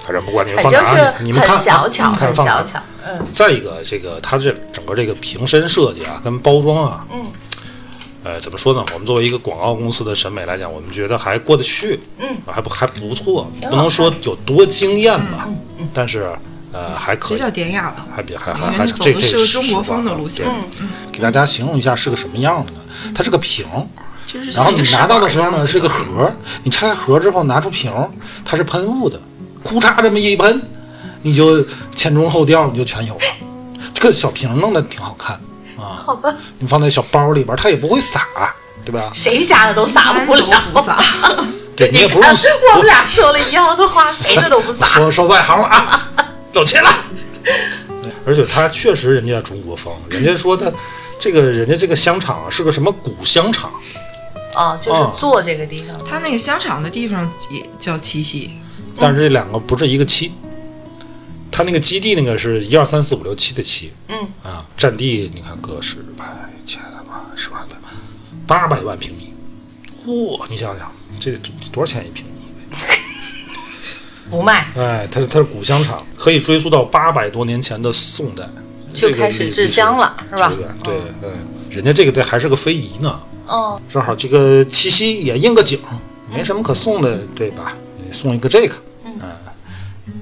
反正不管你们
反
哎放
正是
哪，你们看啊
很小巧，
你看
很
放哪
小。巧，嗯，
再一个，这个它这整个这个瓶身设计啊，跟包装啊，
嗯，
呃，怎么说呢？我们作为一个广告公司的审美来讲，我们觉得还过得去，
嗯，
还不还不错，
挺好看嗯
不能说有多惊艳吧，但是呃还可
比
以，
较典雅吧，
还比还还
因
啊还
为
是
它走
这这
的是个
是
中国
实话
风的
啊
路线，
给大家形容一下是个什么样的呢？它是个瓶儿，
就是
然
像
后
一
你
个试
拿到的
管
时候
一样
呢是个
东西
盒儿，你拆开盒儿之后拿出瓶儿，它是喷雾的，库嚓这么一喷，你就前中后调你就全有了。这个小瓶儿弄得挺好看啊，
好吧，
你放在小包里边儿，它也不会洒，对吧？
谁家的都撒不了。
单独不撒。
对你也不
[laughs] 哎
用嗯
我们俩说了一样的话，谁的都不
[laughs]
撒。
说说外行了啊，有钱了。而且它确实人家中国风，人家说它这个人家这个香肠啊是个什么古香肠，
啊，就是坐这个地方，
它那个香肠的地方也叫七夕，
但是这两个不是一个七，它那个基地那个是一二三四五六七的七，
嗯
啊，占地你看个十百千万十万百万八百万平米，嚯、你想想这多少钱一平米？
不卖，
哎，它是它是古香肠，可以追溯到八百多年前的宋代
就开始制香了
这
是
个
吧
历历史
哦
久远对，嗯，人家这个这还是个非遗呢，
嗯，
正好这个七夕也应个景，没什么可送的，对吧？送一个这个，嗯，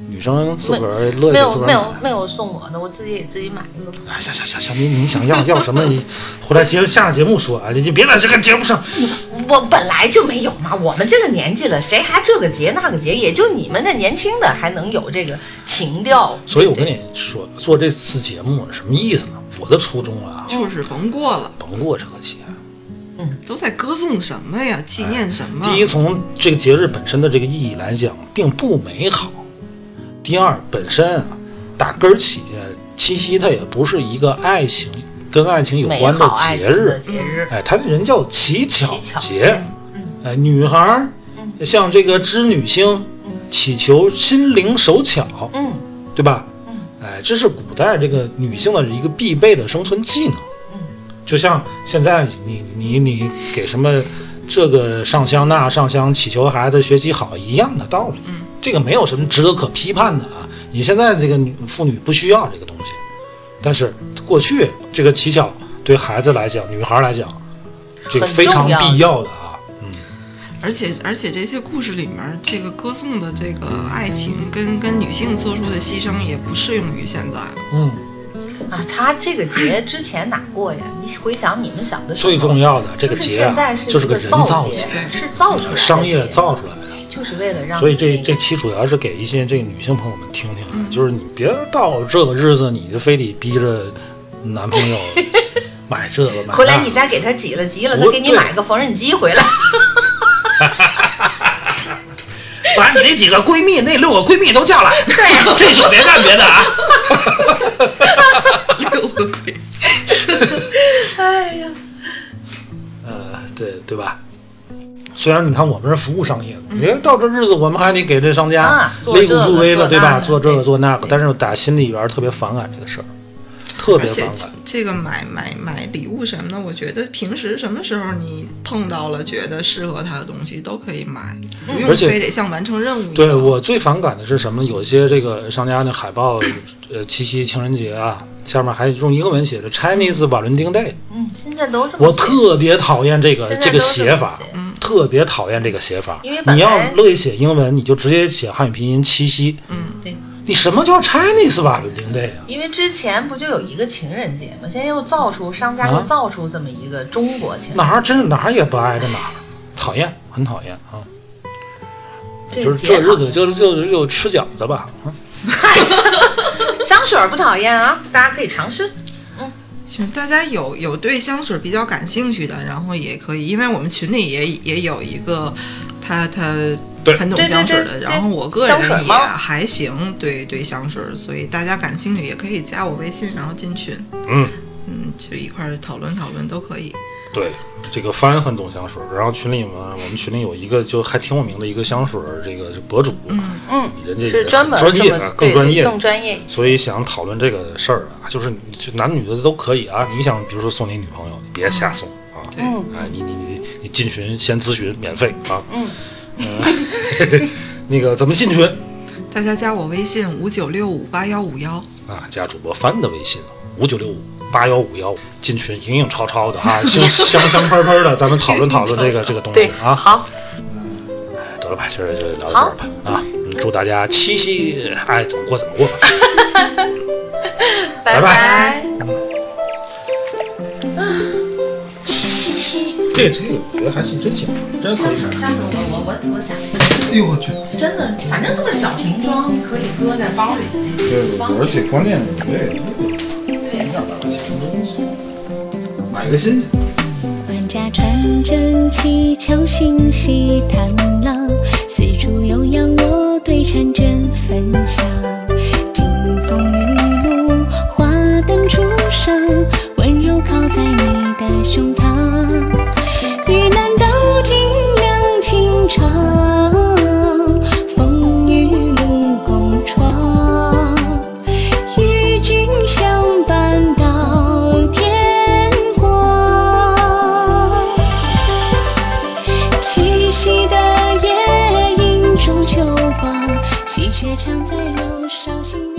女生自个儿乐意自
没有
个儿
没有
买。
没有送我的，我自己给自己买一个。
哎，行行行行，你你想要要什么？
[laughs]
你回来节下了节目说啊，你你别在这个节目上。
我本来就没有嘛，我们这个年纪了，谁还这个节那个节？也就你们那年轻的还能有这个情调。
所以我
对
跟
不对
你说，做这次节目什么意思呢？我的初衷啊，
就是甭过了，
甭过这个节。
都在歌颂什么呀？纪念什么？
哎第一，从这个节日本身的这个意义来讲，并不美好；第二，本身啊，打根儿起，七夕它也不是一个爱情跟爱情有
美
关的
好爱
节
情的
日，
节日，
哎，它人叫乞巧
乞巧嗯
节，哎，女孩儿像这个织女星，祈求心灵手巧，
嗯，
对吧？哎，这是古代这个女性的一个必备的生存技能。就像现在你你你给什么这个上香那上香，祈求孩子学习好一样的道理。嗯，这个没有什么值得可批判的啊。你现在这个女妇女不需要这个东西，但是过去这个乞巧对孩子来讲，女孩来讲，这个
很
非常
重要的
必要的啊。
而且而且这些故事里面，这个歌颂的这个爱情跟跟女性做出的牺牲也不适用于现在。
嗯，
啊，他这个节之前哪过呀？你回想你们小的时候，
最重要的这个
就是
节
现在
啊，
是
就是
一
个
个
人
造
造
节
节，，
是造出来的
商业
节，
造出来的。
就是为了让
所以这
那个嗯
这期主要是给一些这个女性朋友们听听的，就是你别到这个日子你就非得逼着男朋
[laughs]
友买这个买那个。
回来你再给他挤了急了，
啊不
他给你
对
买个缝纫机回来。
把你那几个闺蜜那六个闺蜜都叫来，对，这手别干别的啊。
六个鬼，
哎呀，
呃，对对吧？虽然你看我们是服务商业，你看到这日子我们还得给这商家
嗯啊做
肋骨
这个
助威了，
做
对吧？
那个
做这个
对
做那个，但是打心里边儿特别反感这个事儿，特
而
别
且
反感。
这个买买买礼物什么的，我觉得平时什么时候你碰到了觉得适合他的东西都可以买，不用
而且
非得像完成任务一样。
啊
对我最反感的是什么？有些这个商家那海报，呃，七夕情人节啊，下面还用英文写着 Chinese Valentine Day，
嗯，现在都这么
我
写
特别讨厌这个
现在
这个
都是这么
写法
写，嗯
特别讨厌这个写法。
因为本
你要
来嗯
乐意写英文，你就直接写汉语拼音七夕。
对，
你什么叫 Chinese Valentine Day 啊？
因为之前不就有一个情人节吗？现在又造出商家又
啊
造出这么一个中国情人节，
哪儿真哪儿也不挨着哪儿，讨厌，很讨厌啊！
这
就是
节
这日
好
子，就是就就吃饺子吧。啊
香水儿不讨厌啊，大家可以尝试。
行，大家有有对香水比较感兴趣的，然后也可以，因为我们群里也也有一个他他
对
很懂
对对
香水
对
的，
对
然后我个
香水
人也
猫
还行，对对香水，所以大家感兴趣也可以加我微信，然后进群。
嗯，
嗯，就一块儿讨论讨论都可以。
对，这个帆很懂香水儿，然后群里嘛，我们群里有一个就还挺有名的一个香水儿这个博主，
嗯，
人家也
是专门
专
这
业
么
啊，更专业
对，更专业一些。
所以想讨论这个事儿啊，就是你就男女的都可以啊。你想，比如说送你女朋友，你别瞎送啊。
对
嗯
哎，你你你你进群先咨询，免费啊。
嗯
呃 [laughs] 那个怎么进群
大家加我微信五九六五八幺五幺，
啊？加主播帆的微信五九六五八幺五幺，进群影影绰绰的啊，香香香喷喷
[laughs]
的，咱们讨论讨论这个这个东西
对，
啊。嗯
好，
得了吧，今儿就聊到这儿吧啊！嗯祝大家七夕爱怎么过怎么过吧。拜拜
[laughs] 拜拜。七夕，
这这个我觉得还是真行，真可以买。
下次我我我我想，
哎呦我去！
真的，反正这么小瓶装，可以搁在包里的那种。
对，而且关键我觉得也
对。
买个新的。
万家传真七巧心喜探囊，四处悠扬我对婵娟分享。金风玉露，花灯初上，温柔靠在你的胸膛。遇难都尽量轻唱，风雨路共闯。与君相伴到天荒。七夕的夜，映中秋光，喜鹊常在柳梢心。